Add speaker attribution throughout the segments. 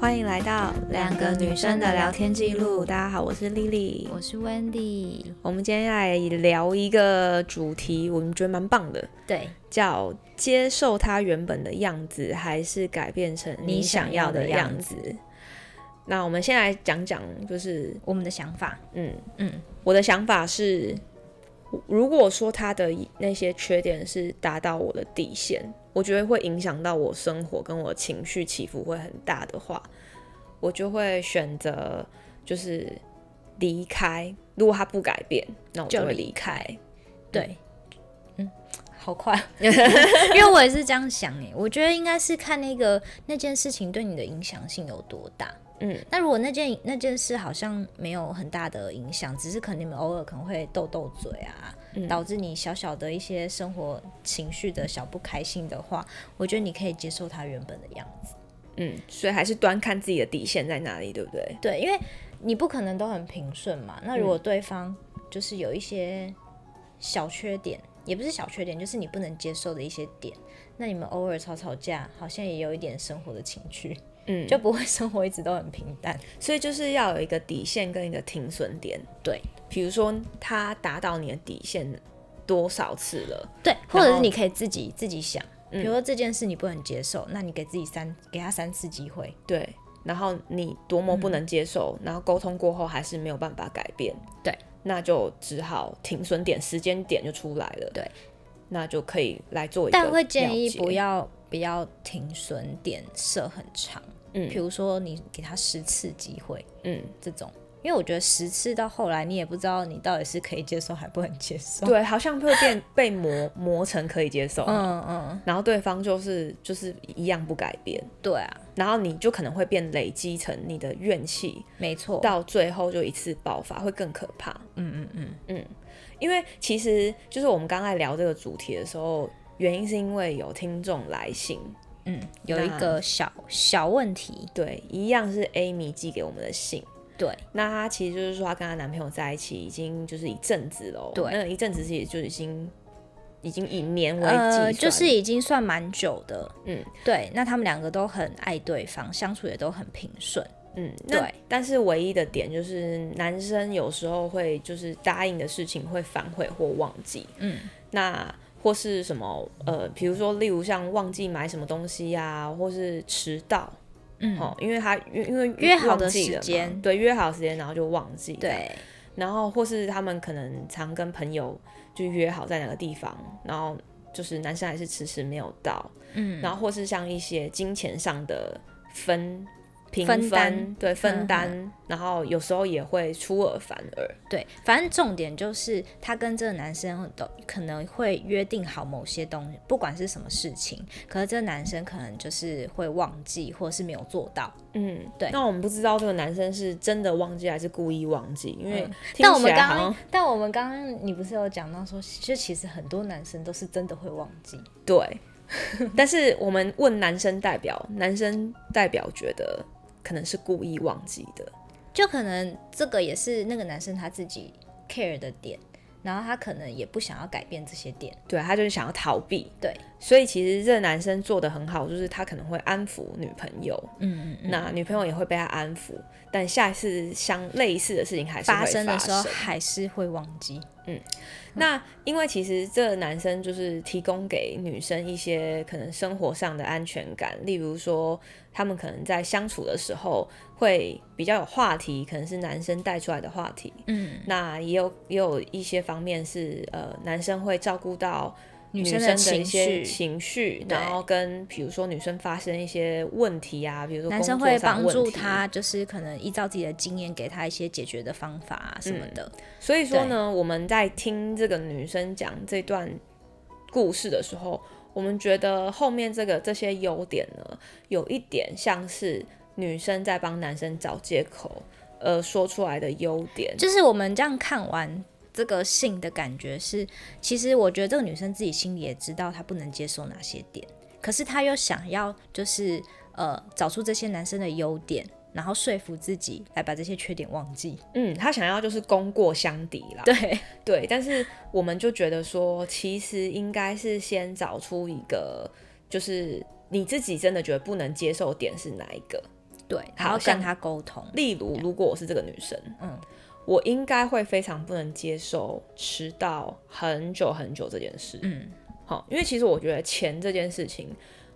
Speaker 1: 欢迎来到
Speaker 2: 两个女生的聊天记录
Speaker 1: 大家好，我是丽丽。
Speaker 2: 我是 Wendy，
Speaker 1: 我们今天要来聊一个主题，我们觉得蛮棒的，
Speaker 2: 对，
Speaker 1: 叫“接受它原本的样子，还是改变成你
Speaker 2: 你
Speaker 1: 想
Speaker 2: 想
Speaker 1: 要
Speaker 2: 要
Speaker 1: 的
Speaker 2: 的
Speaker 1: 样
Speaker 2: 样
Speaker 1: 子
Speaker 2: 子”
Speaker 1: 那我们先来讲讲，就是
Speaker 2: 我们的想法，
Speaker 1: 嗯
Speaker 2: 嗯，
Speaker 1: 我的想法是，如果说他的那些缺点是达到我的底线，我觉得会影响到我生活跟我情绪起伏会很大的话，我就会选择就是离开。如果他不改变，那我就
Speaker 2: 就
Speaker 1: 会
Speaker 2: 离
Speaker 1: 离开。
Speaker 2: 对，嗯，好快， 因为我也是这样想诶，我觉得应该是看那个那件事情对你的影响性有多大。
Speaker 1: 嗯，
Speaker 2: 那如果那件那件事好像没有很大的影响，只是可能你们偶尔可能会斗斗嘴啊，导致你小小的一些生活情绪的小不开心的话，我觉得你可以接受它原本的样子。
Speaker 1: 嗯，所以还是端看自己的底线在哪里，对不对？
Speaker 2: 对，因为你不可能都很平顺嘛。那如果对方就是有一些小缺点，也不是小缺点，就是你不能接受的一些点，那你们偶尔吵吵架，好像也有一点生活的情趣，
Speaker 1: 嗯，
Speaker 2: 就不会 生活一直都很平淡。
Speaker 1: 所以就是要有一个底线跟一个停损点。
Speaker 2: 对
Speaker 1: 比如说，他达到你的底线多少次了？
Speaker 2: 对，或者
Speaker 1: 然
Speaker 2: 是
Speaker 1: 后
Speaker 2: 你可以自己自己想，嗯比如说这件事你不能接受，那你给自己三给他三次机会。
Speaker 1: 对，然后你多么不
Speaker 2: 嗯
Speaker 1: 能接受，然后沟通过后还是没有办法改变，
Speaker 2: 对，
Speaker 1: 那就只好停损点、时间点就出来了，
Speaker 2: 对，
Speaker 1: 那就可以来做一个，
Speaker 2: 但会建议不，要不要停损点设很长，
Speaker 1: 嗯
Speaker 2: 比如说你给他十次机会，
Speaker 1: 嗯，
Speaker 2: 这种，因为我觉得十次到后来，你也不知道你到底是可以接受还不能接受。，
Speaker 1: 对，好像会变 被磨磨成可以接受，
Speaker 2: 嗯嗯，
Speaker 1: 然后对方就是就是一样不改变，
Speaker 2: 对啊，
Speaker 1: 然后你就可能会变累积成你的怨气，
Speaker 2: 没错，
Speaker 1: 到最后就一次爆发，会更可怕。
Speaker 2: 嗯嗯嗯，
Speaker 1: 因为其实就是我们刚才聊这个主题的时候，原因是因为有听众来信，
Speaker 2: 嗯，有一个小小问题，
Speaker 1: 对，一样是 Amy 寄给我们的信。
Speaker 2: 对
Speaker 1: 那她其实就是说，她跟她男朋友在一起已经就是一阵子喽。
Speaker 2: 对
Speaker 1: 那一阵子其实就已经已经以年为计算、
Speaker 2: 呃，就是已经算蛮久的，
Speaker 1: 嗯，
Speaker 2: 对，那他们两个都很爱对方，相处也都很平顺，
Speaker 1: 嗯，那
Speaker 2: 对
Speaker 1: 但是唯一的点就是，男生有时候会就是答应的事情会反悔或忘记。
Speaker 2: 嗯，
Speaker 1: 那或是什么呃，比如说例如像忘记买什么东西啊，或是迟到。
Speaker 2: 嗯
Speaker 1: 哦，因为他因因为
Speaker 2: 约好的
Speaker 1: 忘记
Speaker 2: 时
Speaker 1: 了嘛
Speaker 2: 间
Speaker 1: 对，约好的时间，然后就忘记，，
Speaker 2: 对，
Speaker 1: 然后或是他们可能常跟朋友就约好在哪个地方，然后就是男生还是迟迟没有到，
Speaker 2: 嗯，
Speaker 1: 然后或是像一些金钱上的分平分，
Speaker 2: 分担
Speaker 1: 对
Speaker 2: 嗯
Speaker 1: 分
Speaker 2: 嗯
Speaker 1: 担，然后有时候也会出尔反尔，
Speaker 2: 对，反正重点就是她跟这个男生都可能会约定好某些东西，不管是什么事情，可是这个男生可能就是会忘记，或是没有做到。
Speaker 1: 嗯，
Speaker 2: 对
Speaker 1: 那我们不知道这个男生是真的忘记还是故意忘记，因为
Speaker 2: 嗯
Speaker 1: 听
Speaker 2: 但我
Speaker 1: 起
Speaker 2: 们
Speaker 1: 来
Speaker 2: 刚
Speaker 1: 好像
Speaker 2: 刚，但我们刚刚你不是有讲到说，就其实很多男生都是真的会忘记。
Speaker 1: 对， 但是我们问男生代表，男生代表觉得可能是故意忘记的，
Speaker 2: 就可能这个也是那个男生他自己 care 的点，然后他可能也不想要改变这些点。
Speaker 1: 对他就是想要逃避，
Speaker 2: 对，
Speaker 1: 所以其实这个男生做的很好，就是他可能会安抚女朋友，
Speaker 2: 嗯嗯嗯。
Speaker 1: 那女朋友也会被他安抚，但下一次相类似的事情还是会
Speaker 2: 发生的时候
Speaker 1: 发生
Speaker 2: 还是会忘记。
Speaker 1: 那因为其实这个男生就是提供给女生一些可能生活上的安全感，例如说他们可能在相处的时候会比较有话题，可能是男生带出来的话题。
Speaker 2: 嗯，
Speaker 1: 那也有也有一些方面是呃，男生会照顾到
Speaker 2: 女
Speaker 1: 生
Speaker 2: 生的
Speaker 1: 一
Speaker 2: 情
Speaker 1: 些
Speaker 2: 绪，
Speaker 1: 情绪，
Speaker 2: 对
Speaker 1: 然后跟比如说女生发生一些问题啊，比如说
Speaker 2: 男生
Speaker 1: 工作
Speaker 2: 会
Speaker 1: 上
Speaker 2: 帮
Speaker 1: 问
Speaker 2: 助
Speaker 1: 题
Speaker 2: 他，就是可能依照自己的经验给他一些解决的方法啊什么的。
Speaker 1: 所以说
Speaker 2: 对
Speaker 1: 呢，我们在听这个女生讲这段故事的时候，我们觉得后面这个这些优点呢，有一点像是女生在帮男生找借口，呃，说出来的优点。
Speaker 2: 就是我们这样看完这个信的感觉是，其实我觉得这个女生自己心里也知道她不能接受哪些点，可是她又想要就是呃找出这些男生的优点，然后说服自己来把这些缺点忘记。
Speaker 1: 嗯，她想要就是功过相抵啦。
Speaker 2: 对，
Speaker 1: 对，但是我们就觉得说，其实应该是先找出一个，就是你自己真的觉得不能接受的点是哪一个。
Speaker 2: 对，
Speaker 1: 好
Speaker 2: 然后
Speaker 1: 像
Speaker 2: 跟他沟通，
Speaker 1: 例如，如果我是这个女生，
Speaker 2: 嗯，
Speaker 1: 我应该会非常不能接受迟到很久很久这件事。
Speaker 2: 嗯，
Speaker 1: 好，因为其实我觉得钱这件事情，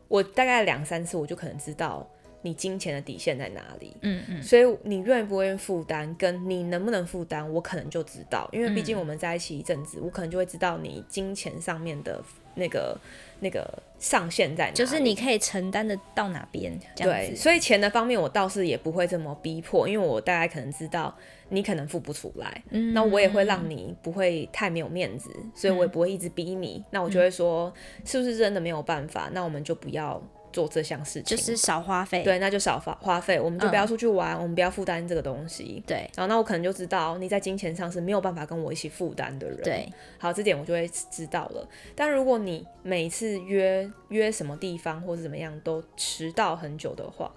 Speaker 1: 我大概两三次我就可能知道你金钱的底线在哪里。
Speaker 2: 嗯嗯，
Speaker 1: 所以你愿意不愿意负担，跟你能不能负担，我可能就知道，因为毕竟我们在一起一阵
Speaker 2: 嗯
Speaker 1: 子，我可能就会知道你金钱上面的那个那个上限在哪里。
Speaker 2: 就是你可以承担的到哪边这样
Speaker 1: 对，
Speaker 2: 子，
Speaker 1: 所以钱的方面我倒是也不会这么逼迫，因为我大概可能知道你可能付不出来，那我也会
Speaker 2: 嗯
Speaker 1: 让你不会太没有面子，所以我也不会一直逼你。那
Speaker 2: 嗯
Speaker 1: 我就会说，是不是真的没有办法？那我们就不要做这项事情，
Speaker 2: 就是少花费，
Speaker 1: 对，那就少花花费，我们就不要
Speaker 2: 嗯
Speaker 1: 出去玩，我们不要负担这个东西。
Speaker 2: 对
Speaker 1: 然后那我可能就知道你在金钱上是没有办法跟我一起负担的人。，
Speaker 2: 对，
Speaker 1: 好，这点我就会知道了。但如果你每次约约什么地方或者怎么样都迟到很久的话，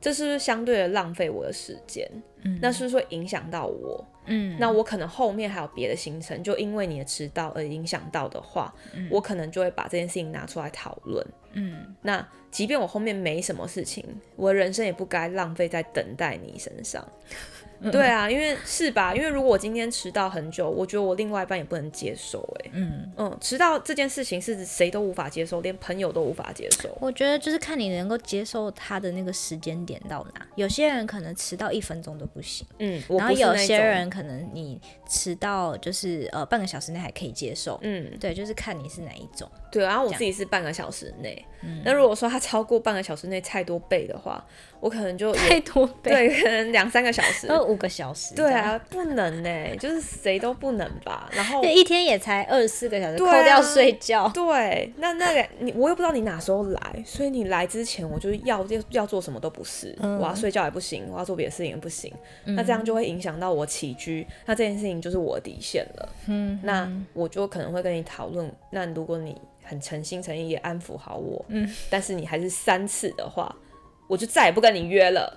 Speaker 1: 这是不是相对的浪费我的时间？嗯，那是不是会影响到我？
Speaker 2: 嗯，
Speaker 1: 那我可能后面还有别的行程，就因为你的迟到而影响到的话，我可能就会把这件事情拿出来讨论。
Speaker 2: 嗯
Speaker 1: 那即便我后面没什么事情，我的人生也不该浪费在等待你身上。
Speaker 2: 嗯
Speaker 1: 对啊，因为是吧？因为如果我今天迟到很久，我觉得我另外一半也不能接受、欸。
Speaker 2: 嗯，
Speaker 1: 嗯，迟到这件事情是谁都无法接受，连朋友都无法接受。
Speaker 2: 我觉得就是看你能够接受他的那个时间点到哪，有些人可能迟到一分钟都不行。
Speaker 1: 嗯，我
Speaker 2: 然
Speaker 1: 不
Speaker 2: 后
Speaker 1: 是
Speaker 2: 有
Speaker 1: 那
Speaker 2: 些
Speaker 1: 种，
Speaker 2: 人可能你迟到就是呃半个小时内还可以接受，
Speaker 1: 嗯，
Speaker 2: 对，就是看你是哪一 种。
Speaker 1: 对。然后我
Speaker 2: 这样嗯
Speaker 1: 自己是半个小时内，那如果说他超过半个小时内太多倍的话，我可能 就也
Speaker 2: 太多倍，
Speaker 1: 对，可能两三个小时。
Speaker 2: 都五个小时。
Speaker 1: 对啊，不能呢、就是谁都不能吧。然后
Speaker 2: 这样，对，一天也才二十四个小时，
Speaker 1: 对
Speaker 2: 扣
Speaker 1: 啊
Speaker 2: 掉睡觉。
Speaker 1: 对，那那个你我又不知道你哪时候来，所以你来之前我就是要要做什么都不是，
Speaker 2: 嗯
Speaker 1: 我要睡觉也不行，我要做别的事情也不行，那这样就会影响到我起居，那这件事情就是我的底线了。嗯，那我就可能会跟你讨论，那如果你很诚心诚意也安抚好我，嗯，但是你还是三次的话，我就再也不跟你约了。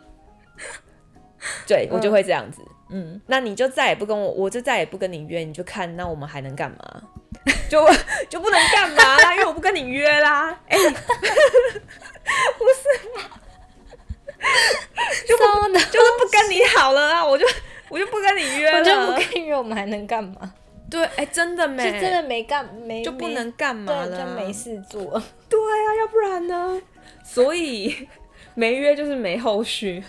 Speaker 1: 对，我就会这样子。
Speaker 2: 嗯，
Speaker 1: 那你就再也不跟我，我就再也不跟你约，你就看那我们还能干 嘛？就就不能干嘛啦，因为我不跟你约 啦。哎、
Speaker 2: 就 的，
Speaker 1: 就是不跟你好了啊，我就我就不跟你约
Speaker 2: 我就不
Speaker 1: 了。
Speaker 2: 跟你约，我们还能干嘛？
Speaker 1: 对，哎、真的
Speaker 2: 就
Speaker 1: 没，
Speaker 2: 真的没干，没
Speaker 1: 就不能干
Speaker 2: 没
Speaker 1: 嘛
Speaker 2: 对，
Speaker 1: 了
Speaker 2: 就
Speaker 1: 啊，
Speaker 2: 没事做。
Speaker 1: 对啊，要不然呢？所以 没约就是没后续，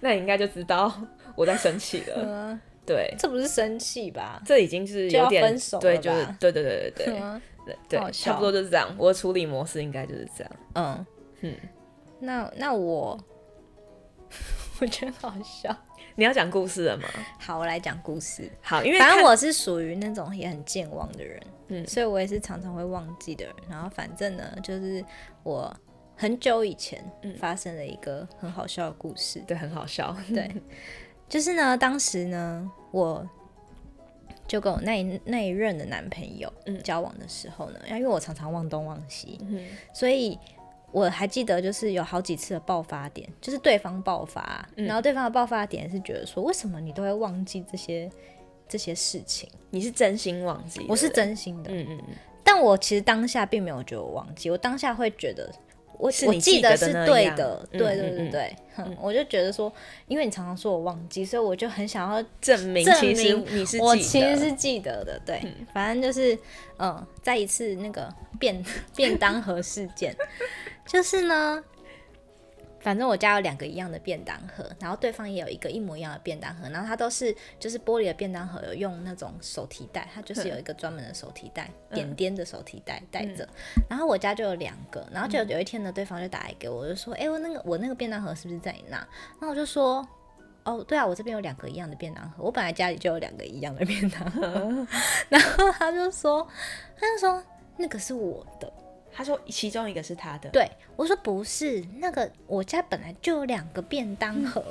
Speaker 1: 那你应该就知道我在生气了。
Speaker 2: 嗯，
Speaker 1: 对，
Speaker 2: 这不是生气吧？
Speaker 1: 这已经是
Speaker 2: 就要
Speaker 1: 有点
Speaker 2: 分手了
Speaker 1: 对，就是
Speaker 2: 吧
Speaker 1: 对对对对对。
Speaker 2: 嗯
Speaker 1: 对对
Speaker 2: 好，笑
Speaker 1: 差不多就是这样。我的处理模式应该就是这样。
Speaker 2: 嗯
Speaker 1: 嗯，
Speaker 2: 那那我 我觉得好笑。
Speaker 1: 你要讲故事了吗？
Speaker 2: 好，我来讲故事。
Speaker 1: 好，因为
Speaker 2: 反正
Speaker 1: 看
Speaker 2: 我是属于那种也很健忘的人，
Speaker 1: 嗯
Speaker 2: 所以我也是常常会忘记的人。然后反正呢，就是我很久以前
Speaker 1: 嗯
Speaker 2: 发生了一个很好笑的故事，
Speaker 1: 对很好笑。
Speaker 2: 对，就是呢，当时呢，我就跟我那一那一任的男朋友
Speaker 1: 嗯
Speaker 2: 交往的时候呢，因为我常常忘东忘西，
Speaker 1: 嗯
Speaker 2: 所以我还记得，就是有好几次的爆发点，就是对方爆发，
Speaker 1: 嗯
Speaker 2: 然后对方的爆发点是觉得说，为什么你都会忘记这些这些事情？
Speaker 1: 你是真心忘记？
Speaker 2: 我是
Speaker 1: 对
Speaker 2: 真心
Speaker 1: 不
Speaker 2: 的，
Speaker 1: 对，嗯嗯嗯，
Speaker 2: 但我其实当下并没有觉得我忘记，我当下会觉得我
Speaker 1: 是
Speaker 2: 我
Speaker 1: 你
Speaker 2: 记
Speaker 1: 记得的
Speaker 2: 是
Speaker 1: 那
Speaker 2: 对
Speaker 1: 样
Speaker 2: 的，
Speaker 1: 嗯
Speaker 2: 对
Speaker 1: 嗯
Speaker 2: 对
Speaker 1: 嗯
Speaker 2: 对对，哼我就觉得说，因为你常常说我忘记，所以我就很想要
Speaker 1: 证明
Speaker 2: 证
Speaker 1: 其实
Speaker 2: 明
Speaker 1: 你是
Speaker 2: 我
Speaker 1: 记
Speaker 2: 其
Speaker 1: 得
Speaker 2: 实是记得的，对，反正就是，嗯，在一次那个便便当盒事件，就是呢，反正我家有两个一样的便当盒，然后对方也有一个一模一样的便当盒，然后它都是就是玻璃的便当盒，有用那种手提袋，它就
Speaker 1: 嗯
Speaker 2: 是有一个专门的手提袋，点点的手提袋带着，然后我家就有两个，然后
Speaker 1: 嗯
Speaker 2: 就有一天呢，对方就打来给我，就说，哎、我那个我那个便当盒是不是在你那？然后我就说。哦，对啊，我这边有两个一样的便当盒，我本来家里就有两个一样的便当盒， 然后他就说，他就说那个是我的，
Speaker 1: 他说其中一个是他的，
Speaker 2: 对我说不是，那个我家本来就有两个便当 盒，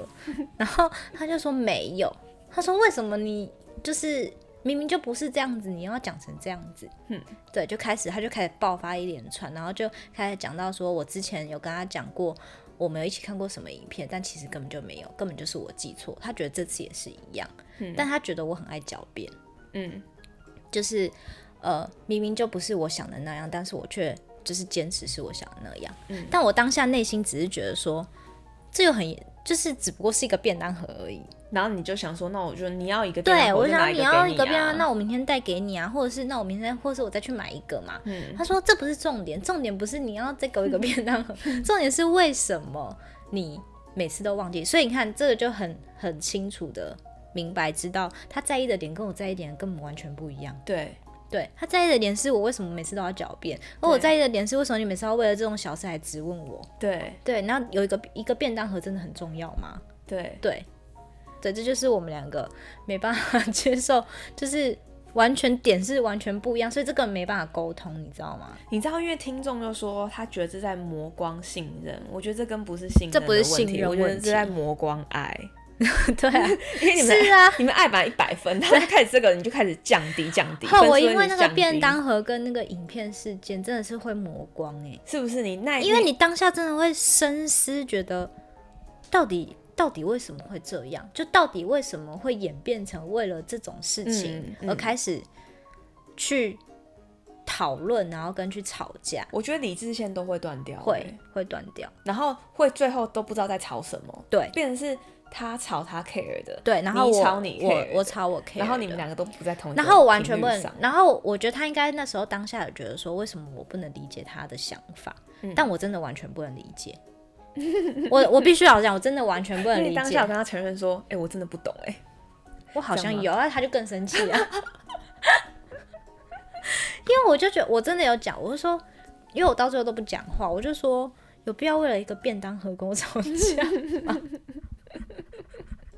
Speaker 2: 然后他就说没有，他说为什么你就是明明就不是这样子，你要讲成这样子，
Speaker 1: 嗯，
Speaker 2: 对，就开始他就开始爆发一连串，然后就开始讲到说我之前有跟他讲过。我们有一起看过什么影片，但其实根本就没有，根本就是我记错。他觉得这次也是一样，
Speaker 1: 嗯
Speaker 2: 但他觉得我很爱狡辩，
Speaker 1: 嗯
Speaker 2: 就是呃，明明就不是我想的那样，但是我却就是坚持是我想的那样。
Speaker 1: 嗯
Speaker 2: 但我当下内心只是觉得说，这有很就是只不过是一个便当盒而已。
Speaker 1: 然后你就想说，那我就你要一个便
Speaker 2: 对，啊
Speaker 1: 当盒，
Speaker 2: 我
Speaker 1: 我
Speaker 2: 就
Speaker 1: 就拿
Speaker 2: 想你
Speaker 1: 给
Speaker 2: 要
Speaker 1: 你
Speaker 2: 一个便
Speaker 1: 啊
Speaker 2: 当，那我明天带给你啊，或者是那我明天，或者是我再去买一个嘛。
Speaker 1: 嗯
Speaker 2: 他说这不是重点，重点不是你要再给我一 个便当盒，重点是为什么你每次都忘记。所以你看，这个就很很清楚的明白知道他在意的点跟我在意的点根本完全不一样。
Speaker 1: 对
Speaker 2: 对他在意的点是我为什么每次都要狡辩，而我在意的点是为什么你每次要为了这种小事来质问我。
Speaker 1: 对
Speaker 2: 对，那有一个一个便当盒真的很重要吗？
Speaker 1: 对
Speaker 2: 对，对，这就是我们两个没办法接受， 就是完全点是完全不一样，所以这个没办法沟通，你知道 吗？
Speaker 1: 你知道，因为听众就说他觉得这在磨光信任，我觉得这跟不是信任
Speaker 2: 这
Speaker 1: 的
Speaker 2: 不
Speaker 1: 问
Speaker 2: 是
Speaker 1: 题，
Speaker 2: 信任
Speaker 1: 我觉
Speaker 2: 问
Speaker 1: 得
Speaker 2: 题
Speaker 1: 这在磨光爱。
Speaker 2: 对啊，
Speaker 1: 因为你们
Speaker 2: 是 啊
Speaker 1: 你们爱满一百分，然后就开始这个，你就开始降低降低。
Speaker 2: 后
Speaker 1: 分
Speaker 2: 我
Speaker 1: 数
Speaker 2: 因
Speaker 1: 一
Speaker 2: 为
Speaker 1: 直
Speaker 2: 那个
Speaker 1: 降低
Speaker 2: 便，当盒跟那个影片事件真的是会磨光哎、
Speaker 1: 是不是你那？
Speaker 2: 因为你当下真的会深思，觉得到底到底为什么会这样？就到底为什么会演变成为了这种事情
Speaker 1: 嗯嗯
Speaker 2: 而开始去讨论，然后跟去吵架，
Speaker 1: 我觉得理智线都会断掉，欸
Speaker 2: 会，会断掉。
Speaker 1: 然后会最后都不知道在吵什么，
Speaker 2: 对
Speaker 1: 变成是他吵他 care 的，
Speaker 2: 对，然后
Speaker 1: 你
Speaker 2: 我
Speaker 1: 吵你
Speaker 2: 我
Speaker 1: care 的
Speaker 2: 我吵我 care，
Speaker 1: 然后你们
Speaker 2: 的
Speaker 1: 两个都不在同一个
Speaker 2: 然后我完全
Speaker 1: 频
Speaker 2: 不
Speaker 1: 率
Speaker 2: 能
Speaker 1: 上，
Speaker 2: 然后我觉得他应该那时候当下有觉得说，为什么我不能理解他的想法？
Speaker 1: 嗯
Speaker 2: 但我真的完全不能理解。我我必须老实讲，我真的完全不能
Speaker 1: 因
Speaker 2: 理
Speaker 1: 为当
Speaker 2: 解
Speaker 1: 下我。跟他承认说，哎、我真的不懂、哎，
Speaker 2: 我好像
Speaker 1: 这样吗
Speaker 2: 有，那他就更生气啊。 因为我就觉得我真的有讲，我就说，因为我到最后都不讲话，我就说有必要为了一个便当盒跟我吵架吗？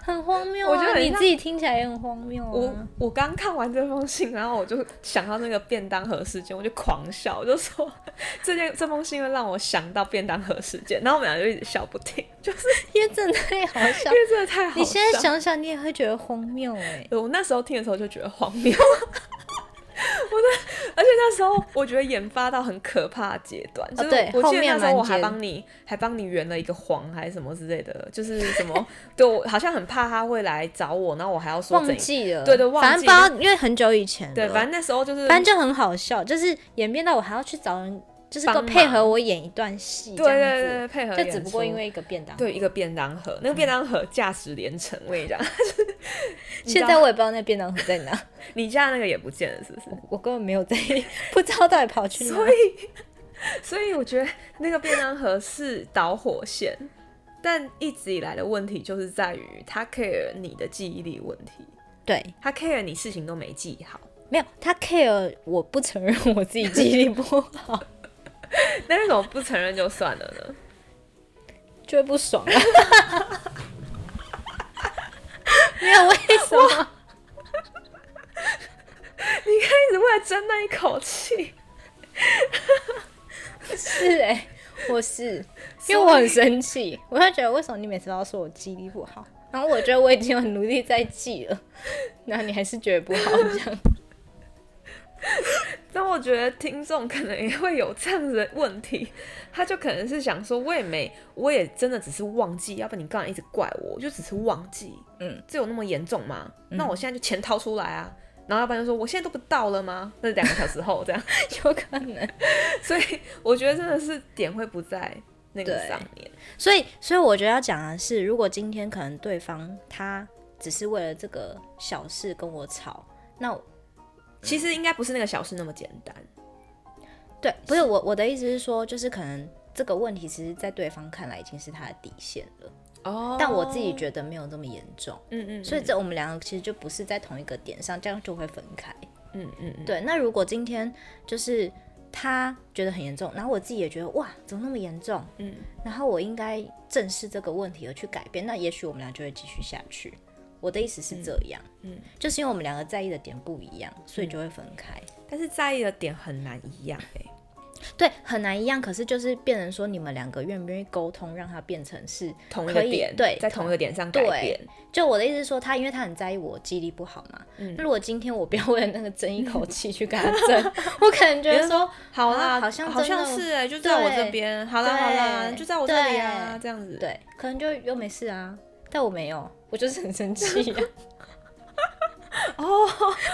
Speaker 2: 很荒谬啊！
Speaker 1: 我觉得很
Speaker 2: 你
Speaker 1: 像
Speaker 2: 自己听起来也很荒谬啊。
Speaker 1: 我我刚看完这封信，然后我就想到那个便当盒事件，我就狂笑，我就说 这件这封信又让我想到便当盒事件，然后我们俩就一直笑不停，就是
Speaker 2: 因为真的太好
Speaker 1: 因。
Speaker 2: 笑
Speaker 1: 为真的太好笑。
Speaker 2: 你现在，想想，你也会觉得荒谬哎、
Speaker 1: 我那时候听的时候就觉得荒谬， 我的，而且那时候我觉得研发到很可怕的阶段，就是
Speaker 2: 哦对
Speaker 1: 我
Speaker 2: 后
Speaker 1: 记得
Speaker 2: 面
Speaker 1: 那时候
Speaker 2: 蛮
Speaker 1: 我还
Speaker 2: 尖
Speaker 1: 帮你还帮你圆了一个谎还是什么之类的，就是什么，对我好像很怕他会来找我，然后我还要说怎
Speaker 2: 忘记了，
Speaker 1: 对对忘记
Speaker 2: 反正不知道，因为很久以前了
Speaker 1: 对，反正那时候就是
Speaker 2: 反正就很好笑，就是演变到我还要去找人，就是够
Speaker 1: 帮忙
Speaker 2: 配合我演一段戏，
Speaker 1: 对对对，对配合
Speaker 2: 这样子，
Speaker 1: 演
Speaker 2: 就只不过
Speaker 1: 出
Speaker 2: 因为一个便当。
Speaker 1: 对，一个便当盒，那个便当盒价值连城，我跟你讲，你知
Speaker 2: 现
Speaker 1: 道
Speaker 2: 在我也不知道那便当盒在哪，
Speaker 1: 你家那个也不见了，是不是？
Speaker 2: 我根本没有在 意，不知道到底跑去哪。
Speaker 1: 所以，所以我觉得那个便当盒是导火线，但一直以来的问题就是在于他 care 你的记忆力问题，
Speaker 2: 对，
Speaker 1: 他 care 你事情都没记好，
Speaker 2: 没有他 care，我不承认我自己记忆力不 好，
Speaker 1: 那为什么不承认就算了呢？
Speaker 2: 就会不爽、啊。 没有为什么？
Speaker 1: 你看，一直为了争那一口气，
Speaker 2: 是哎、我 是，因为我很生气，我就觉得为什么你每次都要说我记忆力不好，然后我觉得我已经很努力在记了，然后你还是觉得不好，这样
Speaker 1: 但我觉得听众可能也会有这样子的问题，他就可能是想说，我也没，我也真的只是忘记，要不然你刚才一直怪我，我就只是忘记，
Speaker 2: 嗯，
Speaker 1: 这有那么严重吗？那我现在就钱掏出来啊，然后要不然就说我现在都不到了吗？那两个小时后这样，
Speaker 2: 有可能。
Speaker 1: 所以 我觉得真的是点会不在那个上面，
Speaker 2: 所以，所以我觉得要讲的是，如果今天可能对方他只是为了这个小事跟我吵，那我
Speaker 1: 其实应该不是那个小事那么简单，
Speaker 2: 对，不是我我的意思是说，就是可能这个问题，其实在对方看来已经是他的底线了，
Speaker 1: 哦
Speaker 2: 但我自己觉得没有这么严重。
Speaker 1: 得，嗯嗯，
Speaker 2: 所以这我们两个其实就不是在同一个点上，这样就会分开。
Speaker 1: 嗯嗯嗯，
Speaker 2: 对，那如果今天就是他觉得很严重，然后我自己也觉得哇，怎么那么严重？
Speaker 1: 嗯，
Speaker 2: 然后我应该正视这个问题而去改变，那也许我们俩就会继续下去。我的意思是这样，
Speaker 1: 嗯嗯
Speaker 2: 就是因为我们两个在意的点不一样，所以就会分开。
Speaker 1: 但是在意的点很难一样哎、
Speaker 2: 对，很难一样，可是就是变成说你们两个愿不愿意沟通，让它变成是
Speaker 1: 同一
Speaker 2: 可
Speaker 1: 个
Speaker 2: 以
Speaker 1: 点，
Speaker 2: 对
Speaker 1: 在同一个点上改
Speaker 2: 对
Speaker 1: 变，
Speaker 2: 就我的意思是说，他因为他很在意我记忆力不好嘛，
Speaker 1: 嗯
Speaker 2: 那如果今天我不要为了那个争一口气去跟他 争，我可能觉
Speaker 1: 比
Speaker 2: 得
Speaker 1: 如
Speaker 2: 说
Speaker 1: 好
Speaker 2: 啊
Speaker 1: 啦，
Speaker 2: 好像
Speaker 1: 好
Speaker 2: 真的
Speaker 1: 像是哎、就在我
Speaker 2: 对
Speaker 1: 这边。好啦好啦，
Speaker 2: 对
Speaker 1: 就在我这里啊，
Speaker 2: 对
Speaker 1: 这样子。，
Speaker 2: 对， 可能就又没事啊，但我没有，我就是很 生气、啊。
Speaker 1: 哦，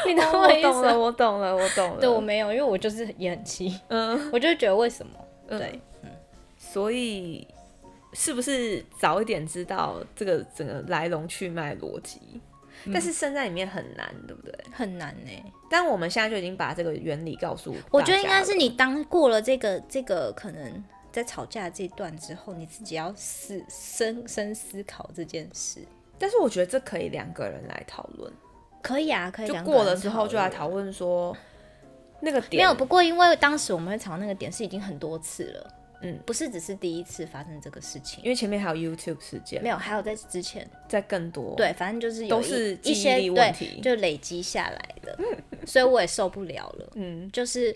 Speaker 2: 你懂
Speaker 1: 我
Speaker 2: 我意
Speaker 1: 懂
Speaker 2: 思
Speaker 1: 了，
Speaker 2: 吗？
Speaker 1: 我懂了，我懂了。
Speaker 2: 对我没有，因为我就是也很气，
Speaker 1: 嗯，
Speaker 2: 我就觉得为什么？
Speaker 1: 嗯
Speaker 2: 对，
Speaker 1: 所以是不是早一点知道这个整个来龙去脉逻辑？
Speaker 2: 嗯
Speaker 1: 但是生在里面很难，对不对？
Speaker 2: 很难呢、
Speaker 1: 但我们现在就已经把这个原理告诉
Speaker 2: 我
Speaker 1: 大
Speaker 2: 觉得应
Speaker 1: 家
Speaker 2: 该是
Speaker 1: 了
Speaker 2: 你当过了这个这个可能在吵架这一段之后，你自己要思深深思考这件事。
Speaker 1: 但是我觉得这可以两个人来讨论，
Speaker 2: 可以啊，可以
Speaker 1: 就
Speaker 2: 两个
Speaker 1: 过
Speaker 2: 人
Speaker 1: 了之后就来讨论说那个
Speaker 2: 没
Speaker 1: 点
Speaker 2: 有，不过因为当时我们会吵那个点是已经很多次了，
Speaker 1: 嗯，
Speaker 2: 不是只是第一次发生这个事情，
Speaker 1: 因为前面还有 YouTube 事件，
Speaker 2: 没有，还有在之前，
Speaker 1: 在更多
Speaker 2: 对，反正就是有
Speaker 1: 都
Speaker 2: 一
Speaker 1: 是
Speaker 2: 一
Speaker 1: 记忆
Speaker 2: 些
Speaker 1: 力问题
Speaker 2: 对，就累积下来的，所以我也受不了了，
Speaker 1: 嗯，
Speaker 2: 就是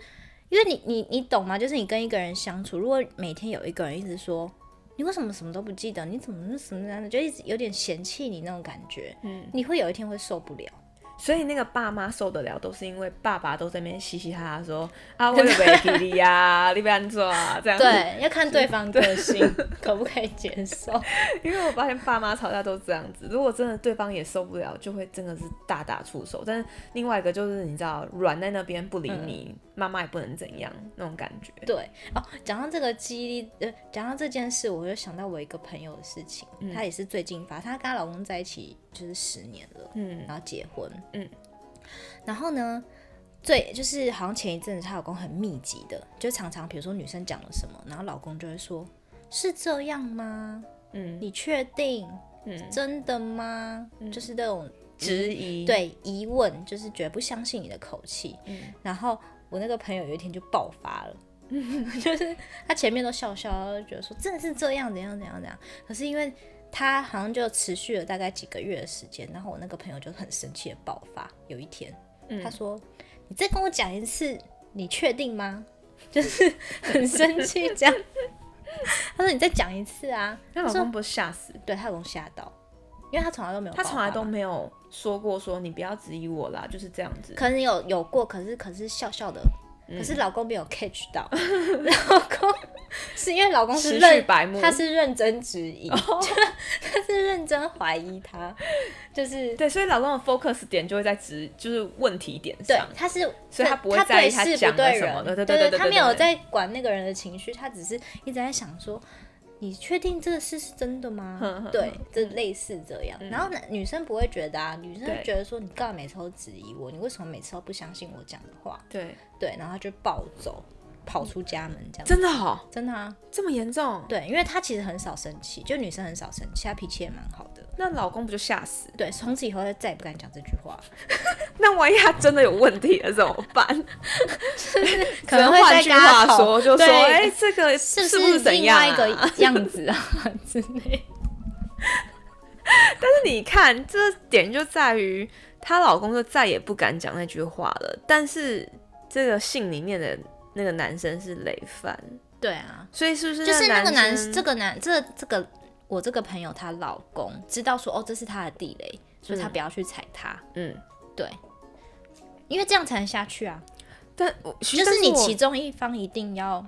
Speaker 2: 因为你你你懂吗？就是你跟一个人相处，如果每天有一个人一直说。你为什么什么都不记得？你怎么什么样的，就一直有点嫌弃你那种感觉，嗯，你会有一天会受不了。
Speaker 1: 所以那个爸妈受得了，都是因为爸爸都在那边嘻嘻哈哈说 啊，我有被霹雳呀， 你被安做啊这样。，
Speaker 2: 对，要看对方个性可不可以接受。
Speaker 1: 因为我发现爸妈吵架都这样子，如果真的对方也受不了，就会真的是大打出手。但是另外一个就是你知道软在那边不理你，
Speaker 2: 嗯
Speaker 1: 妈妈也不能怎样那种感觉。
Speaker 2: 对哦，讲到这个记忆力，呃，讲到这件事，我就想到我一个朋友的事情，
Speaker 1: 嗯
Speaker 2: 她也是最近发，她跟她老公在一起就是十年了，
Speaker 1: 嗯，
Speaker 2: 然后结婚，
Speaker 1: 嗯，
Speaker 2: 然后呢，最就是好像前一阵子她老公很密集的，就常常比如说女生讲了什么，然后老公就会说：“是这样吗？
Speaker 1: 嗯
Speaker 2: 你确定？
Speaker 1: 嗯
Speaker 2: 真的吗？”就是那种
Speaker 1: 质疑，，
Speaker 2: 对疑问，就是绝不相信你的口气。
Speaker 1: 嗯
Speaker 2: 然后我那个朋友有一天就爆发了。 就是他前面都笑笑，就觉得说真的是这样，怎样怎样怎样。可是因为他好像就持续了大概几个月的时间，然后我那个朋友就很生气的爆发。有一天，
Speaker 1: 嗯
Speaker 2: 他说：“你再跟我讲一次，你确定吗？” 就是很生气这样。他说：“你再讲一次啊！”
Speaker 1: 那老公不是吓死，
Speaker 2: 对他老公吓到，因为他从来都没有爆
Speaker 1: 他
Speaker 2: 发嘛，
Speaker 1: 从来都没有说过说你不要质疑我啦，就是这样子。
Speaker 2: 可能有有过，可是可是笑笑的，
Speaker 1: 嗯
Speaker 2: 可是老公没有 catch 到，老公是因为老公是
Speaker 1: 持续
Speaker 2: 认
Speaker 1: 白目哦
Speaker 2: 他是认真质疑，就 他是认真怀疑他，就是
Speaker 1: 对，所以老公的 focus 点就会在质，就是问题点
Speaker 2: 对
Speaker 1: 上。
Speaker 2: 他是，
Speaker 1: 所以他不会在
Speaker 2: 对
Speaker 1: 意他
Speaker 2: 事
Speaker 1: 讲
Speaker 2: 不
Speaker 1: 了
Speaker 2: 对
Speaker 1: 什么
Speaker 2: 人，
Speaker 1: 的对对
Speaker 2: 对
Speaker 1: 对对
Speaker 2: 他
Speaker 1: 对
Speaker 2: 没有
Speaker 1: 对
Speaker 2: 在管那个人的情绪，他只是一直在想说。你确定这个事是真的吗？
Speaker 1: 哼哼嗯
Speaker 2: 对，这类似这样。然后男女生不会觉得啊，女生
Speaker 1: 对
Speaker 2: 会觉得说你干嘛每次都质疑我？你为什么每次都不相信我讲的话？
Speaker 1: 对，
Speaker 2: 对，然后他就暴走，跑出家门这样。
Speaker 1: 真的哦，
Speaker 2: 真的啊，
Speaker 1: 这么严重？
Speaker 2: 对，因为他其实很少生气，就女生很少生气，她脾气也蛮好的。
Speaker 1: 那老公不就吓死？
Speaker 2: 对，从此以后再也不敢讲这句话，
Speaker 1: 那万一他真的有问题了怎么办？
Speaker 2: 可能会
Speaker 1: 换
Speaker 2: 再
Speaker 1: 句
Speaker 2: 跟
Speaker 1: 话
Speaker 2: 他讨
Speaker 1: 说，就说
Speaker 2: 对
Speaker 1: 哎、这个
Speaker 2: 是
Speaker 1: 是
Speaker 2: 不
Speaker 1: 不是怎
Speaker 2: 另
Speaker 1: 样、啊？
Speaker 2: 外一个样子啊之类？
Speaker 1: 但是你看，这点就在于她老公就再也不敢讲那句话了。但是这个信里面的那个男生是累犯，
Speaker 2: 对啊，
Speaker 1: 所以是不是
Speaker 2: 就是那
Speaker 1: 那
Speaker 2: 个男，
Speaker 1: 生
Speaker 2: 这个男，这这个我这个朋友她老公知道说哦，这是他的地雷，所以他
Speaker 1: 嗯
Speaker 2: 不要去踩他。
Speaker 1: 嗯，
Speaker 2: 对，因为这样才能下去啊。
Speaker 1: 但我其
Speaker 2: 就
Speaker 1: 实但
Speaker 2: 是你
Speaker 1: 我
Speaker 2: 其中一方一定要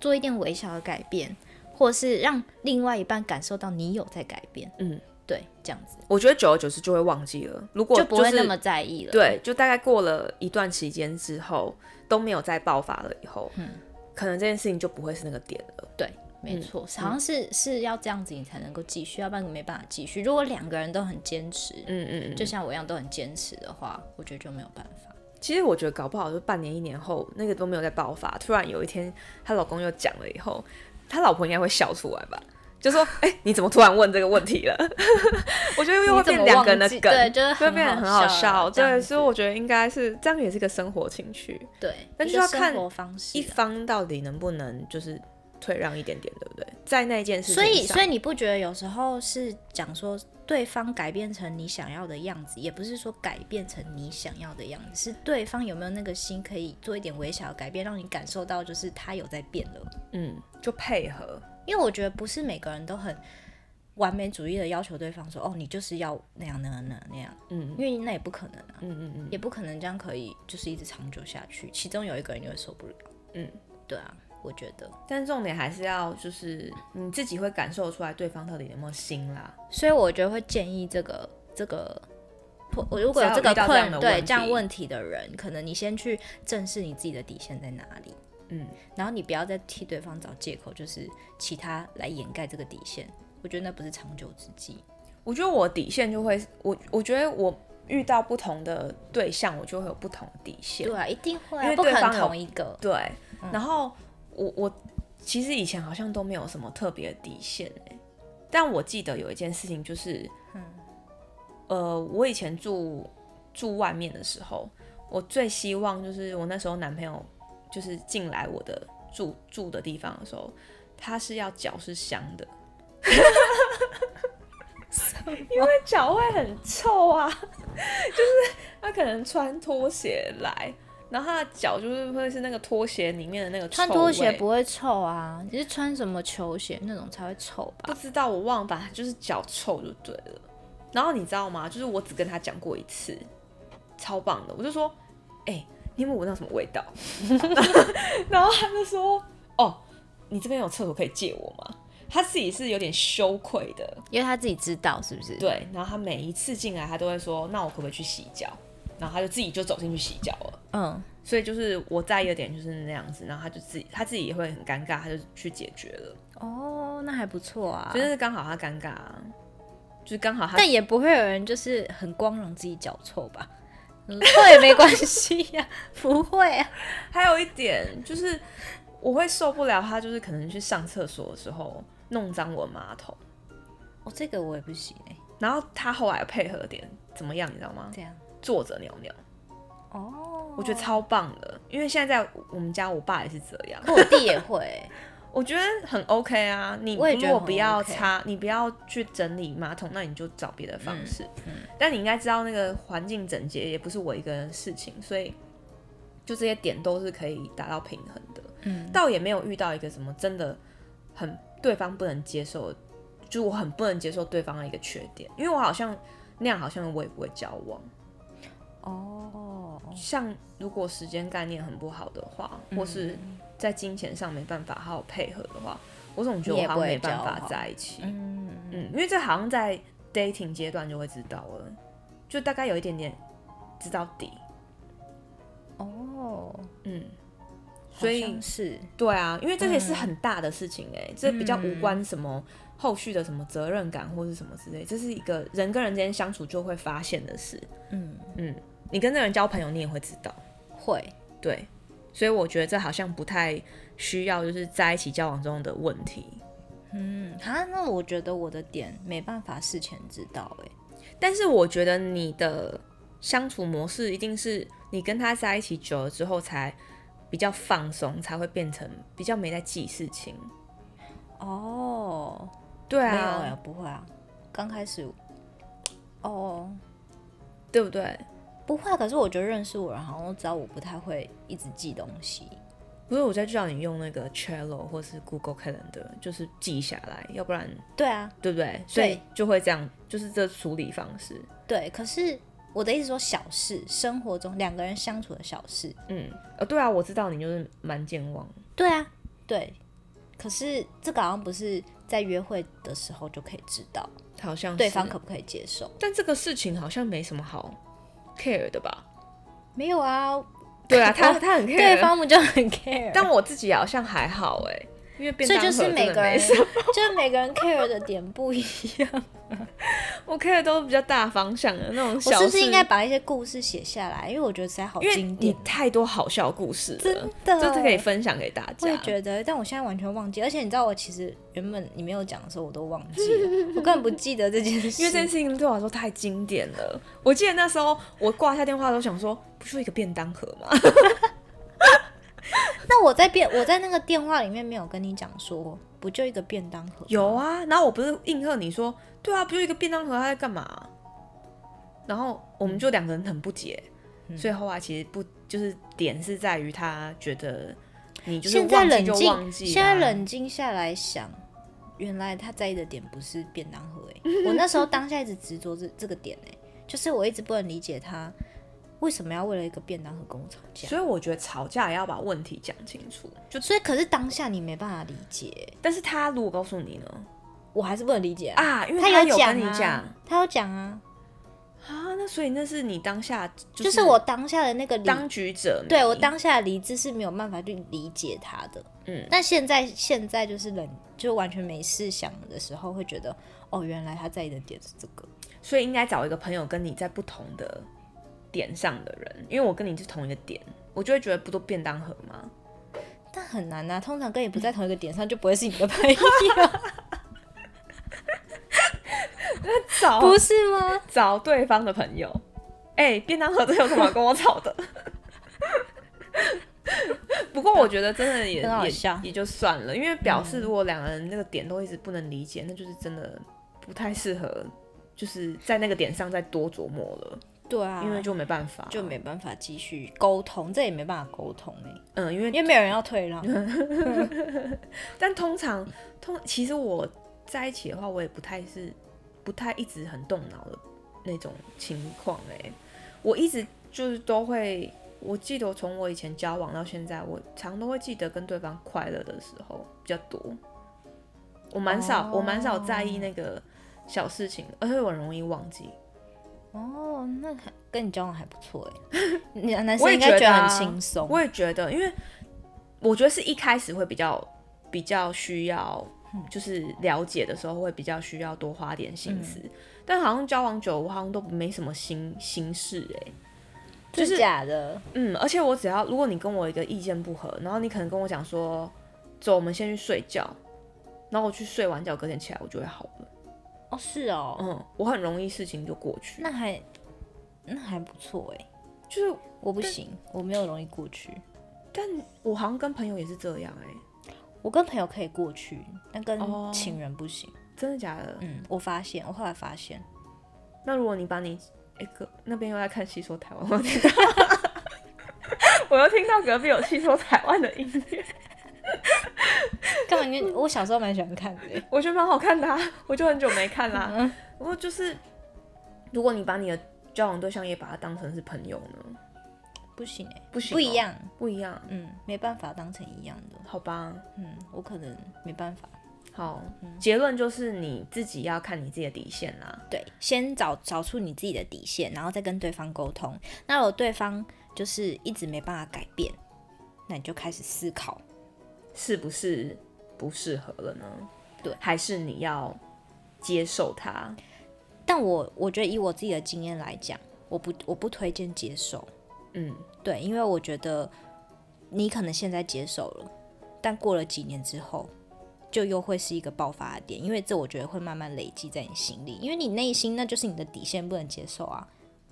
Speaker 2: 做一点微小的改变，或是让另外一半感受到你有在改变。
Speaker 1: 嗯，
Speaker 2: 对，这样子
Speaker 1: 我觉得久而久之就会忘记了，如果
Speaker 2: 就不会
Speaker 1: 是
Speaker 2: 那么在意了。
Speaker 1: 对，就大概过了一段期间之后都没有再爆发了以后，
Speaker 2: 嗯
Speaker 1: 可能这件事情就不会是那个点了。
Speaker 2: 对，
Speaker 1: 嗯
Speaker 2: 没错，好像是是要这样子你才能够继续，要不然没办法继续。如果两个人都很坚持，
Speaker 1: 嗯嗯嗯，
Speaker 2: 就像我一样都很坚持的话，我觉得就没有办法。
Speaker 1: 其实我觉得搞不好就半年一年后，那个都没有再爆发，突然有一天她老公又讲了以后，她老婆应该会笑出来吧，就说：“哎、你怎么突然问这个问 题了？”我觉得又会
Speaker 2: 你怎
Speaker 1: 变
Speaker 2: 么
Speaker 1: 两个人的
Speaker 2: 忘记
Speaker 1: 梗，
Speaker 2: 对就是
Speaker 1: 就会变得
Speaker 2: 很
Speaker 1: 很
Speaker 2: 好
Speaker 1: 好
Speaker 2: 笑
Speaker 1: 笑。
Speaker 2: 这样
Speaker 1: 对，
Speaker 2: 子
Speaker 1: 所以我觉得应该是这样，也是一个生活情趣，
Speaker 2: 对，
Speaker 1: 那
Speaker 2: 一
Speaker 1: 就
Speaker 2: 个
Speaker 1: 要
Speaker 2: 生
Speaker 1: 看
Speaker 2: 活方式
Speaker 1: 一
Speaker 2: 啊
Speaker 1: 方到底能不能就是退让一点点，对不对？在那件事情
Speaker 2: 所以，所
Speaker 1: 以
Speaker 2: 以你不觉得有时候是讲说对方改变成你想要的样子，也不是说改变成你想要的样子，是对方有没有那个心可以做一点微小的改变，让你感受到就是他有在变了。
Speaker 1: 嗯，就配合，
Speaker 2: 因为我觉得不是每个人都很完美主义的要求对方说，哦，你就是要那样那样那样那样，
Speaker 1: 嗯
Speaker 2: 因为那也不可能啊，
Speaker 1: 嗯嗯嗯，
Speaker 2: 也不可能这样可以就是一直长久下去，其中有一个人你会受不了。
Speaker 1: 嗯，
Speaker 2: 对啊，我觉得。
Speaker 1: 但重点还是要就是你自己会感受出来对方到底有没有心啦。
Speaker 2: 所以我觉得会建议这个这个，我我如果有
Speaker 1: 只要
Speaker 2: 这
Speaker 1: 遇
Speaker 2: 个
Speaker 1: 到这样
Speaker 2: 困
Speaker 1: 的问
Speaker 2: 对
Speaker 1: 题
Speaker 2: 这样问题的人，可能你先去正视你自己的底线在哪里，
Speaker 1: 嗯，
Speaker 2: 然后你不要再替对方找借口，就是其他来掩盖这个底线。我觉得那不是长久之计。
Speaker 1: 我觉得我底线就会，我我觉得我遇到不同的对象，我就会有不同的底线
Speaker 2: 对。嗯啊，一定会、
Speaker 1: 因
Speaker 2: 啊，
Speaker 1: 为
Speaker 2: 不可
Speaker 1: 对
Speaker 2: 能
Speaker 1: 方有
Speaker 2: 同一个。
Speaker 1: 对，然后我我其实以前好像都没有什么特别的底线哎、但我记得有一件事情就是，
Speaker 2: 嗯
Speaker 1: 呃，我以前住住外面的时候，我最希望就是我那时候男朋友就是进来我的住住的地方的时候，他是要脚是香的， 因为脚会很臭啊，就是他可能穿拖鞋来。然后他的脚就是会是那个拖鞋里面的那个
Speaker 2: 穿
Speaker 1: 臭
Speaker 2: 拖鞋
Speaker 1: 味
Speaker 2: 不会臭啊，你是穿什么球鞋那种才会臭吧？
Speaker 1: 不知道，我忘了吧，就是脚臭就对了。然后你知道吗？就是我只跟他讲过一次，超棒的，我就说，哎、你有没有闻到什么味道？ 然后他就说，哦，你这边有厕所可以借我吗？他自己是有点羞愧的，
Speaker 2: 因为他自己知道是不是？，
Speaker 1: 对。然后他每一次进来，他都会说，那我可不可以去洗脚？然后他就自己就走进去洗脚了。
Speaker 2: 嗯，
Speaker 1: 所以就是我在意的点就是那样子，然后他就自己他自己也会很尴尬，他就去解决了。
Speaker 2: 哦，那还不错啊。
Speaker 1: 所以就是刚好他尴尬啊，就是刚好他
Speaker 2: 但也不会有人就是很光荣自己脚臭吧？ 臭也没关系呀、不会啊。
Speaker 1: 还有一点就是，我会受不了他，就是可能去上厕所的时候弄脏我马桶，
Speaker 2: 哦，这个我也不行哎、
Speaker 1: 然后他后来配合点怎么样，你知道吗？
Speaker 2: 这样
Speaker 1: 坐着尿尿，
Speaker 2: 哦，
Speaker 1: 我觉 得超棒的，因为现在在我们家，我爸也是这样，
Speaker 2: 我弟也会欸、
Speaker 1: 我觉得很 OK 啊。你
Speaker 2: 我也
Speaker 1: 如
Speaker 2: 觉得
Speaker 1: 果
Speaker 2: 很
Speaker 1: 不要
Speaker 2: OK
Speaker 1: 擦，你不要去整理马桶，那你就找别的方
Speaker 2: 嗯
Speaker 1: 式。
Speaker 2: 嗯
Speaker 1: 但你应该知道，那个环境整洁也不是我一个人的事情，所以就这些点都是可以达到平衡的。
Speaker 2: 嗯，
Speaker 1: 倒也没有遇到一个什么真的很对方不能接受，就是我很不能接受对方的一个缺点，因为我好像那样，好像我也不会交往。
Speaker 2: 哦，
Speaker 1: 像如果时间概念很不好的话，
Speaker 2: 嗯
Speaker 1: 或是在金钱上没办法好好配合的话，我总觉得我
Speaker 2: 你也
Speaker 1: 好像
Speaker 2: 不会
Speaker 1: 没办
Speaker 2: 交
Speaker 1: 法
Speaker 2: 往
Speaker 1: 在一起。
Speaker 2: 嗯，
Speaker 1: 嗯，因为这好像在 dating 阶段就会知道了，就大概有一点点知道底。
Speaker 2: 哦，
Speaker 1: 嗯，所
Speaker 2: 所
Speaker 1: 以
Speaker 2: 以是
Speaker 1: 对啊，因为这些是
Speaker 2: 嗯
Speaker 1: 很大的事情哎、这比较无关什么后续的什么责任感或是什么之类，这是一个人跟人之间相处就会发现的事。
Speaker 2: 嗯
Speaker 1: 嗯，你跟这个人交朋友，你也会知道。
Speaker 2: 会，
Speaker 1: 对，所以我觉得这好像不太需要，就是在一起交往中的问题。
Speaker 2: 嗯，啊，那我觉得我的点没办法事前知道哎、
Speaker 1: 但是我觉得你的相处模式一定是你跟他在一起久了之后才比较放松，才会变成比较没在记事情。
Speaker 2: 哦，
Speaker 1: 对
Speaker 2: 没有哎、
Speaker 1: 啊，
Speaker 2: 不会啊，刚开始，哦，
Speaker 1: 对不对？
Speaker 2: 不会啊，可是我觉得认识我的人好像都知道我不太会一直记东西，
Speaker 1: 不是，我在叫你用那个 Trello 或是 Google Calendar，就是记下来，要不然
Speaker 2: 对啊，
Speaker 1: 对不对？所以就会这样，就是这处理方式。
Speaker 2: 对，可是我的意思说小事，生活中两个人相处的小事，
Speaker 1: 嗯，呃、对啊，我知道你就是蛮健忘，
Speaker 2: 对啊，对，可是这个好像不是在约会的时候就可以知道
Speaker 1: 好像是
Speaker 2: 对方可，不可以接受，
Speaker 1: 但这个事情好像没什么好 care 的吧？
Speaker 2: 没有啊，
Speaker 1: 对啊，他
Speaker 2: 我
Speaker 1: 他很 care，
Speaker 2: 对方不就很 care，
Speaker 1: 但我自己好像还好哎、因为便
Speaker 2: 所
Speaker 1: 当
Speaker 2: 以就
Speaker 1: 盒
Speaker 2: 是
Speaker 1: 真
Speaker 2: 每
Speaker 1: 的
Speaker 2: 个
Speaker 1: 没
Speaker 2: 人，
Speaker 1: 什么
Speaker 2: 就是每个人 care 的点不一样。
Speaker 1: 我 care 都比较大方向的那种
Speaker 2: 我
Speaker 1: 小
Speaker 2: 是
Speaker 1: 事，
Speaker 2: 不是应该把一些故事写下来？因为我觉得实在好
Speaker 1: 因为
Speaker 2: 经
Speaker 1: 你
Speaker 2: 典，
Speaker 1: 太多好笑故事了，
Speaker 2: 真
Speaker 1: 真
Speaker 2: 的，
Speaker 1: 这可以分享给大家。
Speaker 2: 我也觉得，但我现在完全忘记，而且你知道，我其实原本你没有讲的时候，我都忘记了，我根本不记得这件 事。
Speaker 1: 因为这件事情对我来说太经典了。我记得那时候我挂下电话都想说，不就一个便当盒吗？
Speaker 2: 那我在便我在那个电话里面没有跟你讲说，不就一个便当盒？
Speaker 1: 有，啊，然后我不是应和你说，对啊，不就一个便当盒，他在干嘛？然后我
Speaker 2: 嗯
Speaker 1: 们就两个人很不解，所以后来其实不就是点是在于他觉得你就是
Speaker 2: 现在
Speaker 1: 忘记
Speaker 2: 冷
Speaker 1: 就忘记、
Speaker 2: 静，
Speaker 1: 啊，
Speaker 2: 现在冷静下来想，原来他在意的点不是便当盒、欸， 我那时候当下一直执着这这个点、欸，就是我一直不能理解他为什么要为了一个便当盒跟我吵架。
Speaker 1: 所以我觉得吵架也要把问题讲清楚。就
Speaker 2: 所以，可是当下你没办法理解欸、
Speaker 1: 但是他如果告诉你呢？
Speaker 2: 我还是不能理解啊
Speaker 1: 啊，因为
Speaker 2: 他有
Speaker 1: 有
Speaker 2: 讲
Speaker 1: 跟你
Speaker 2: 啊，他有讲啊，
Speaker 1: 啊，那所以那是你当下就是、
Speaker 2: 就是我当下的那个理
Speaker 1: 当局者迷，
Speaker 2: 对我当下的理智是没有办法去理解他的。
Speaker 1: 嗯，
Speaker 2: 但现在现在就是冷，就完全没事想的时候，会觉得哦，原来他在意的点是这个。
Speaker 1: 所以应该找一个朋友跟你在不同的点上的人，因为我跟你是同一个点，我就会觉得不都便当盒 吗？
Speaker 2: 但很难啊，通常跟你不在同一个点上，就不会是你的朋友，
Speaker 1: 找
Speaker 2: 不是吗？
Speaker 1: 找对方的朋友，哎、便当盒这有什么好跟我吵的？ 不过我觉得真的也
Speaker 2: 很好
Speaker 1: 也
Speaker 2: 笑嗯
Speaker 1: 也就算了，因为表示如果两个人那个点都一直不能理解，那就是真的不太适合，就是在那个点上再多琢磨了，
Speaker 2: 对啊，
Speaker 1: 因为就没办法，
Speaker 2: 就没办法继续沟通，这也没办法沟通哎、
Speaker 1: 嗯，因为
Speaker 2: 因为没有人要退让。
Speaker 1: 但通常通其实我在一起的话，我也不太是不太一直很动脑的那种情况哎、我一直就是都会，我记得我从我以前交往到现在，我常都会记得跟对方快乐的时候比较多。我蛮少我蛮少在意那个小事情的，而且我很容易忘记。
Speaker 2: 哦，那还跟你交往还不错哎、 你男
Speaker 1: 我
Speaker 2: 生
Speaker 1: 也
Speaker 2: 应该
Speaker 1: 觉得啊
Speaker 2: 很轻松。
Speaker 1: 我也觉得，因为我觉得是一开始会比较比较需要，就是了解的时候会比较需要多花点心思。但好像交往久，我好像都没什么心心事哎、
Speaker 2: 真
Speaker 1: 就是
Speaker 2: 假的，
Speaker 1: 嗯，而且我只要如果你跟我一个意见不合，然后你可能跟我讲说，走，我们先去睡觉，然后我去睡完觉，隔天起来我就会好了。
Speaker 2: 哦是哦，
Speaker 1: 嗯，我很容易事情就过去，
Speaker 2: 那还那还不错哎、
Speaker 1: 就是
Speaker 2: 我不行，我没有容易过去。
Speaker 1: 我好像跟朋友也是这样哎、
Speaker 2: 我跟朋友可以过去，但跟
Speaker 1: 哦
Speaker 2: 情人不行。
Speaker 1: 真的假的？
Speaker 2: 嗯，我发现，我后来发现，
Speaker 1: 那如果你把你哎隔、那边又在看《戏说台湾》，我听到， 我又听到隔壁有《戏说台湾》的音乐，
Speaker 2: 干嘛你？我小时候蛮喜欢看的欸、
Speaker 1: 我觉得蛮好看的、啊， 我就很久没看啦、不过就是，如果你把你的交往对象也把他当成是朋友呢，
Speaker 2: 不行哎、
Speaker 1: 不行哦
Speaker 2: 不一样，
Speaker 1: 不一样，
Speaker 2: 嗯，没办法当成一样的，
Speaker 1: 好吧？
Speaker 2: 嗯，我可能没办法。
Speaker 1: 好，结论就是你自己要看你自己的底线啦。
Speaker 2: 对，先找找出你自己的底线，然后再跟对方沟通。那如果对方就是一直没办法改变，那你就开始思考。
Speaker 1: 是不是不适合了呢？
Speaker 2: 对
Speaker 1: 还是你要接受它？
Speaker 2: 但我我觉得以我自己的经验来讲，我不我不推荐接受，
Speaker 1: 嗯，
Speaker 2: 对，因为我觉得你可能现在接受了，但过了几年之后，就又会是一个爆发的点，因为这我觉得会慢慢累积在你心里，因为你内心那就是你的底线，不能接受啊。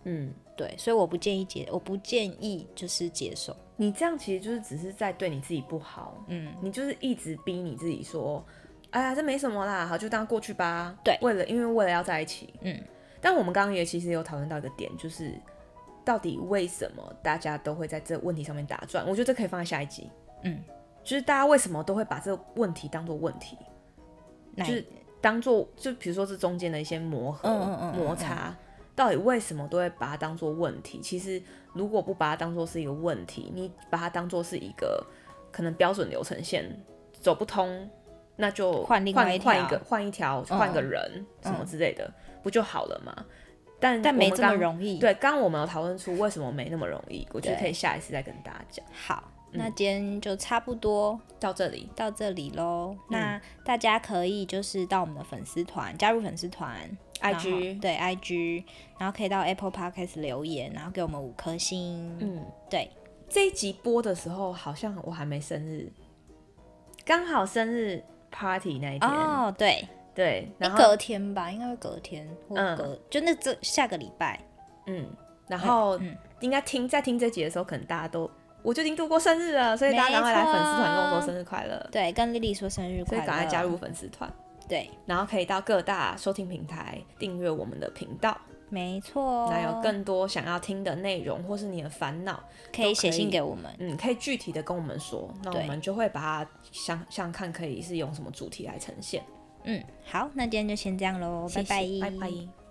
Speaker 1: 嗯，
Speaker 2: 对，所以我不建议接，我不建议就是接受。
Speaker 1: 你这样其实就是只是在对你自己不好，嗯，你就是一直逼你自己说，哎呀，这没什么啦，好就当过去吧。
Speaker 2: 对
Speaker 1: 为了因为为了要在一起，
Speaker 2: 嗯。
Speaker 1: 但我们刚刚也其实有讨论到一个点，就是到底为什么大家都会在这问题上面打转？我觉得这可以放在下一集。
Speaker 2: 嗯，
Speaker 1: 就是大家为什么都会把这个问题当做问题，
Speaker 2: 那
Speaker 1: 就是当做就比如说这中间的一些磨合、
Speaker 2: 嗯嗯嗯嗯
Speaker 1: 摩擦，到底为什么都会把它当做问题？其实如果不把它当做是一个问题，你把它当做是一个可能标准流程线走不通，那就
Speaker 2: 换另外一条嗯
Speaker 1: 换一个换一条换个人、什么之类的，不就好了嘛？但
Speaker 2: 但没这么
Speaker 1: 易。
Speaker 2: 容易。，
Speaker 1: 对，刚刚我们有讨论出为什么没那么容易，我觉得
Speaker 2: 对
Speaker 1: 可以下一次再跟大家讲。
Speaker 2: 好，
Speaker 1: 嗯
Speaker 2: 那今天就差不多
Speaker 1: 到这里，
Speaker 2: 到这里喽。
Speaker 1: 嗯
Speaker 2: 那大家可以就是到我们的粉丝团加入粉丝团
Speaker 1: IG
Speaker 2: 然后对 IG，然后可以到 Apple Podcast 留言，然后给我们五颗星。
Speaker 1: 嗯，
Speaker 2: 对，
Speaker 1: 这一集播的时候，好像我还没生日，刚好生日 party 那一天，
Speaker 2: 哦，对，
Speaker 1: 对，然后
Speaker 2: 隔天吧，应该会隔天或
Speaker 1: 嗯
Speaker 2: 隔，就那这下个礼拜。嗯
Speaker 1: 嗯，然后、应该听在听这集的时候，可能大家都我就已经度过生日了，所以大家赶快来粉丝团跟我说生日快乐，
Speaker 2: 对，跟丽丽说生日
Speaker 1: 所
Speaker 2: 快
Speaker 1: 以
Speaker 2: 乐，
Speaker 1: 赶快加入。粉丝团，
Speaker 2: 对，
Speaker 1: 然后可以到各大收听平台订阅我们的频道，
Speaker 2: 没错。
Speaker 1: 那有更多想要听的内容或是你的烦恼，
Speaker 2: 可以
Speaker 1: 可
Speaker 2: 写
Speaker 1: 以
Speaker 2: 信给我们。
Speaker 1: 嗯，可以具体的跟我们说，那我
Speaker 2: 对
Speaker 1: 们就会把它想想看可以是用什么主题来呈现。
Speaker 2: 嗯，好，那今天就先这样喽，
Speaker 1: 谢谢
Speaker 2: 拜
Speaker 1: 拜拜。